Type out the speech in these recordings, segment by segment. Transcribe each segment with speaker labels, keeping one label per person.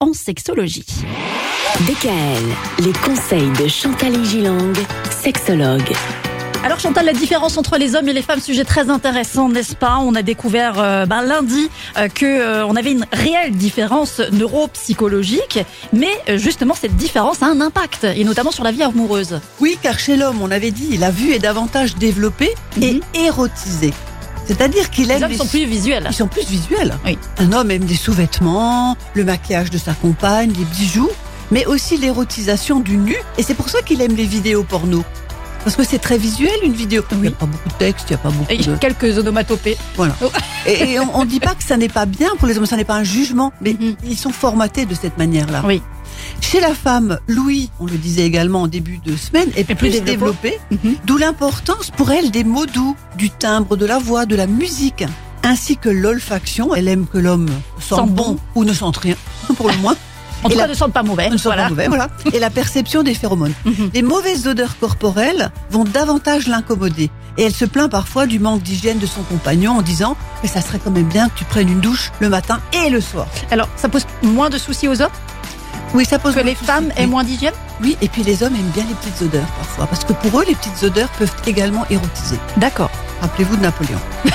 Speaker 1: en sexologie.
Speaker 2: DKL, les conseils de Chantal Gilang, sexologue.
Speaker 1: Alors Chantal, la différence entre les hommes et les femmes, sujet très intéressant, n'est-ce pas On a découvert euh, ben, lundi euh, que euh, on avait une réelle différence neuropsychologique, mais euh, justement cette différence a un impact, et notamment sur la vie amoureuse.
Speaker 3: Oui, car chez l'homme, on avait dit, la vue est davantage développée et érotisée. C'est-à-dire qu'il
Speaker 1: Mhm. Les
Speaker 3: aime
Speaker 1: hommes sont plus visuels.
Speaker 3: ils sont plus visuels.
Speaker 1: Oui.
Speaker 3: Un homme aime des sous-vêtements, le maquillage de sa compagne, des bijoux, mais aussi l'érotisation du nu. Et c'est pour ça qu'il aime les vidéos porno. Parce que c'est très visuel une vidéo. Il n'y a pas beaucoup de texte, il n'y a pas beaucoup
Speaker 1: Et
Speaker 3: de...
Speaker 1: quelques onomatopées.
Speaker 3: Voilà.
Speaker 1: Oh.
Speaker 3: Et, et on ne dit pas que ça n'est pas bien pour les hommes, ça n'est pas un jugement, mais
Speaker 1: Mhm.
Speaker 3: ils sont formatés de cette manière-là.
Speaker 1: Oui.
Speaker 3: Chez la femme, l'ouïe, on le disait également en début de semaine, est
Speaker 1: Et
Speaker 3: plus,
Speaker 1: plus Mhm. développée.
Speaker 3: développée, d'où l'importance pour elle des mots doux, du timbre, de la voix, de la musique, ainsi que l'olfaction. Elle aime que l'homme sente
Speaker 1: Sente
Speaker 3: bon,
Speaker 1: bon.
Speaker 3: ou ne sente rien, pour le moins.
Speaker 1: En tout
Speaker 3: Et
Speaker 1: cas,
Speaker 3: la-
Speaker 1: ne sentent pas mauvais.
Speaker 3: ne sente
Speaker 1: voilà.
Speaker 3: pas mauvais, voilà. Et la perception des phéromones.
Speaker 1: Mhm.
Speaker 3: Les mauvaises odeurs corporelles vont davantage l'incommoder. Et elle se plaint parfois du manque d'hygiène de son compagnon en disant Mais ça serait quand même bien que tu prennes une douche le matin et le soir.
Speaker 1: Alors, ça pose moins de soucis aux hommes
Speaker 3: Oui, ça pose
Speaker 1: que les
Speaker 3: beaucoup de
Speaker 1: femmes
Speaker 3: soucis.
Speaker 1: aient moins d'hygiène.
Speaker 3: Oui, et puis les hommes aiment bien les petites odeurs parfois, parce que pour eux, les petites odeurs peuvent également érotiser.
Speaker 1: D'accord.
Speaker 3: Rappelez-vous de Napoléon.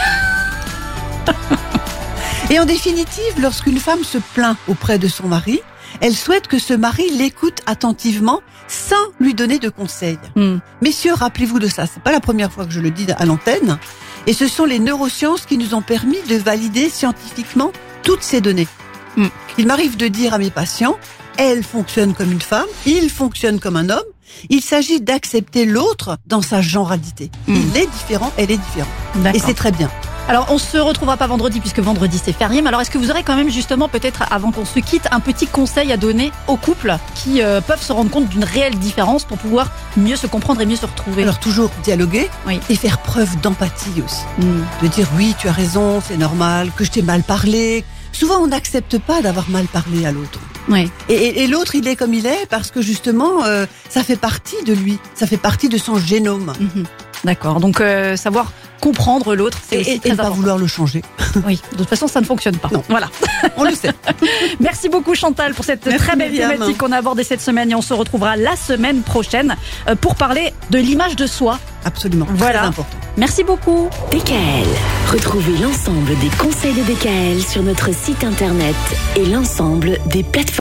Speaker 3: et en définitive, lorsqu'une femme se plaint auprès de son mari, elle souhaite que ce mari l'écoute attentivement sans lui donner de conseils.
Speaker 1: Hmm.
Speaker 3: Messieurs, rappelez-vous de ça, c'est pas la première fois que je le dis à l'antenne. Et ce sont les neurosciences qui nous ont permis de valider scientifiquement toutes ces données.
Speaker 1: Mm.
Speaker 3: Il m'arrive de dire à mes patients, elle fonctionne comme une femme, il fonctionne comme un homme. Il s'agit d'accepter l'autre dans sa généralité.
Speaker 1: Mm.
Speaker 3: Il est différent, elle est différente. Et
Speaker 1: D'accord.
Speaker 3: c'est très bien.
Speaker 1: Alors, on se retrouvera pas vendredi puisque vendredi c'est férié. Mais alors, est-ce que vous aurez quand même justement, peut-être avant qu'on se quitte, un petit conseil à donner aux couples qui euh, peuvent se rendre compte d'une réelle différence pour pouvoir mieux se comprendre et mieux se retrouver
Speaker 3: Alors toujours dialoguer
Speaker 1: Oui.
Speaker 3: et faire preuve d'empathie aussi.
Speaker 1: Hmm.
Speaker 3: de dire oui, tu as raison, c'est normal, que je t'ai mal parlé. Souvent, on n'accepte pas d'avoir mal parlé à l'autre.
Speaker 1: Oui.
Speaker 3: Et, et- et l'autre, il est comme il est parce que justement, euh, ça fait partie de lui, ça fait partie de son génome.
Speaker 1: Mhm. D'accord. Donc, euh, savoir comprendre l'autre,
Speaker 3: Et,
Speaker 1: c'est aussi
Speaker 3: et-
Speaker 1: très
Speaker 3: et ne pas
Speaker 1: important.
Speaker 3: vouloir le changer.
Speaker 1: Oui. De toute façon, ça ne fonctionne pas.
Speaker 3: Non.
Speaker 1: Voilà.
Speaker 3: On le sait.
Speaker 1: Merci beaucoup Chantal pour cette
Speaker 3: Merci,
Speaker 1: très belle
Speaker 3: Myriam.
Speaker 1: thématique qu'on a abordée cette semaine et on se retrouvera la semaine prochaine euh, pour parler de l'image de soi.
Speaker 3: Absolument.
Speaker 1: Voilà.
Speaker 3: Très important.
Speaker 1: Merci beaucoup.
Speaker 2: DKL. Retrouvez l'ensemble des conseils de DKL sur notre site internet et l'ensemble des plateformes.